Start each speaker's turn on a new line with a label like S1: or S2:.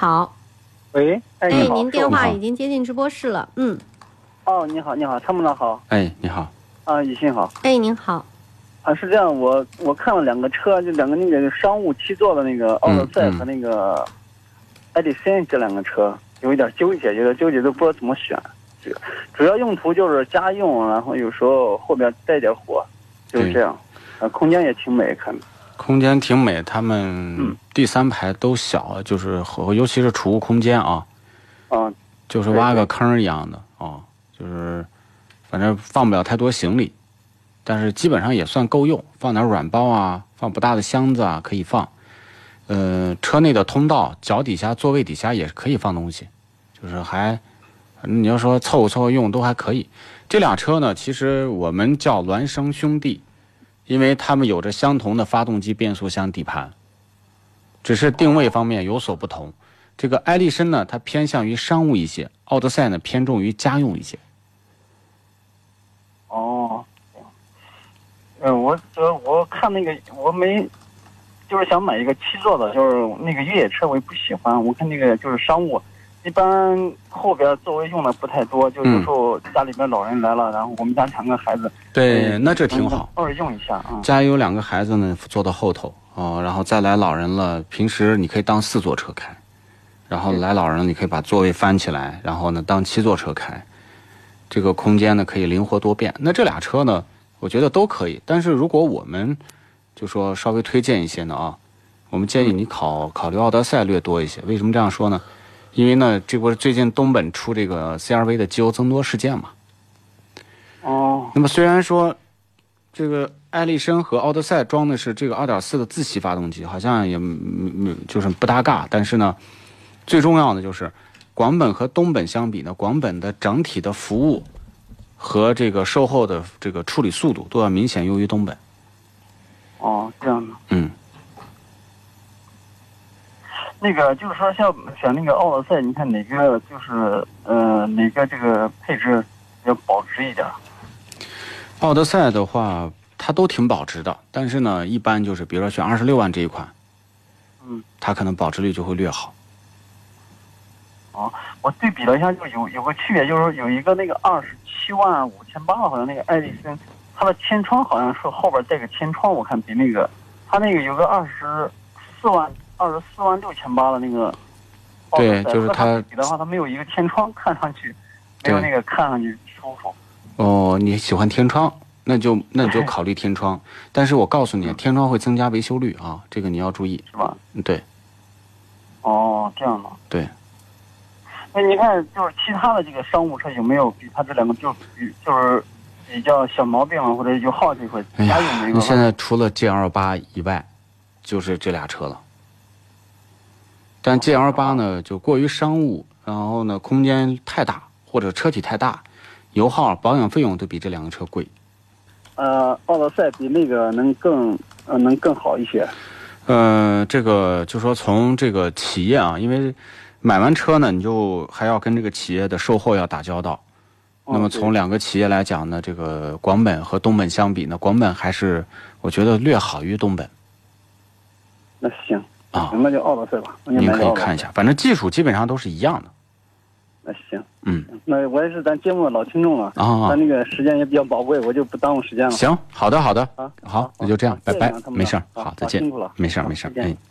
S1: 好，
S2: 喂，
S1: 哎
S2: 哎，你，好，
S1: 您
S2: 是
S1: 电
S2: 我吗
S1: 话已经接进直播室了。嗯，
S2: 哦，你好，你好，参谋长好，
S3: 哎，你好，
S2: 啊，雨欣好，
S1: 哎，您好，
S2: 啊，是这样，我我看了两个车，就两个那个商务七座的那个奥德赛
S3: 嗯嗯
S2: 和那个爱迪森这两个车，有一点纠结，有点纠结都不知道怎么选，主主要用途就是家用，然后有时候后边带点火，就是这样，啊，空间也挺美，看着，
S3: 空间挺美，他们第三排都小，就是和尤其是储物空间啊，
S2: 啊，
S3: 就是挖个坑儿一样的啊，就是反正放不了太多行李，但是基本上也算够用，放点软包啊，放不大的箱子啊可以放。呃，车内的通道、脚底下、座位底下也可以放东西，就是还反正你要说凑合凑合用都还可以。这俩车呢，其实我们叫孪生兄弟，因为它们有着相同的发动机、变速箱、底盘，只是定位方面有所不同。这个艾力绅呢，它偏向于商务一些；奥德赛呢，偏重于家用一些。
S2: 哦，嗯，我这我看那个我没，就是想买一个七座的，就是那个越野车我也不喜欢，我看那个就是商务，一般后边座位用的不太多，就
S3: 嗯
S2: 有时候家里边老人来了，然后我们家两个孩子，嗯
S3: 对，哎嗯那这挺好。，
S2: 偶尔用一下啊。
S3: 家有两个孩子呢，坐到后头哦，然后再来老人了，平时你可以当四座车开，然后来老人你可以把座位翻起来，然后呢当七座车开，这个空间呢可以灵活多变。那这俩车呢，我觉得都可以，但是如果我们就说稍微推荐一些呢啊，我们建议你考考虑奥德赛略多一些。为什么这样说呢？因为呢，这不是最近东本出这个 CRV 的机油增多事件嘛，
S2: 哦，
S3: 那么虽然说这个艾力绅和奥德赛装的是这个2.4的自吸发动机，好像也没没就是不搭嘎，但是呢，最重要的就是广本和东本相比呢，广本的整体的服务和这个售后的这个处理速度都要明显优于东本。
S2: 哦，这样的。
S3: 嗯，
S2: 那个就是说，像选那个奥德赛，你看哪个就是呃哪个这个配置比较保值一点？
S3: 奥德赛的话，它都挺保值的，但是呢，一般就是比如说选26万这一款，
S2: 嗯，
S3: 它可能保值率就会略好。
S2: 哦，我对比了一下，就是有有个区别，就是有一个那个二十七万五千八，好像那个艾力绅，它的天窗好像是后边带个天窗，我看比那个它那个有个二十四万二十四万六千八的那个奥德赛，
S3: 对就是
S2: 和它
S3: 它
S2: 比的话，它没有一个天窗，看上去没有
S3: 对
S2: 那个看上去舒服。
S3: 哦，你喜欢天窗，那就那你就考虑天窗。但是我告诉你，天窗会增加维修率啊，这个你要注意。
S2: 是吧？
S3: 对，
S2: 哦，这样的。
S3: 对。
S2: 那你看，就是其他的这个商务车有没有比它这两个就比就是比较小毛病啊，或者油耗这块
S3: 哎
S2: 家用
S3: 呀，
S2: 这
S3: 你
S2: 个
S3: 现在除了 GL 八以外，就是这俩车了。但 GL 八呢，就过于商务，然后呢，空间太大或者车体太大，油耗、保养费用都比这两个车贵。
S2: 呃，奥德赛比那个能更呃能更好一些。
S3: 呃，这个就说从这个企业啊，因为买完车呢，你就还要跟这个企业的售后要打交道。
S2: 哦
S3: 那么
S2: 对
S3: 从两个企业来讲呢，这个广本和东本相比呢，广本还是我觉得略好于东本
S2: 那行，
S3: 啊。
S2: 那就奥德赛吧。那就
S3: 您
S2: 买
S3: 可
S2: 个
S3: 以
S2: 奥德赛
S3: 看一。下，反正技术基本上都是一样的。
S2: 那行，
S3: 嗯
S2: 那我也是咱节目的老听众了，
S3: 啊
S2: 咱，那个时间也比较宝贵，我就不耽误时间了。
S3: 行，好的好的
S2: 啊，
S3: 好，那就这样，拜
S2: 谢谢
S3: 拜
S2: 啊他，们
S3: 没事儿，
S2: 好
S3: 好，再见
S2: 辛苦了，
S3: 没事儿
S2: 好
S3: 没事儿
S2: 再，见
S3: 哎。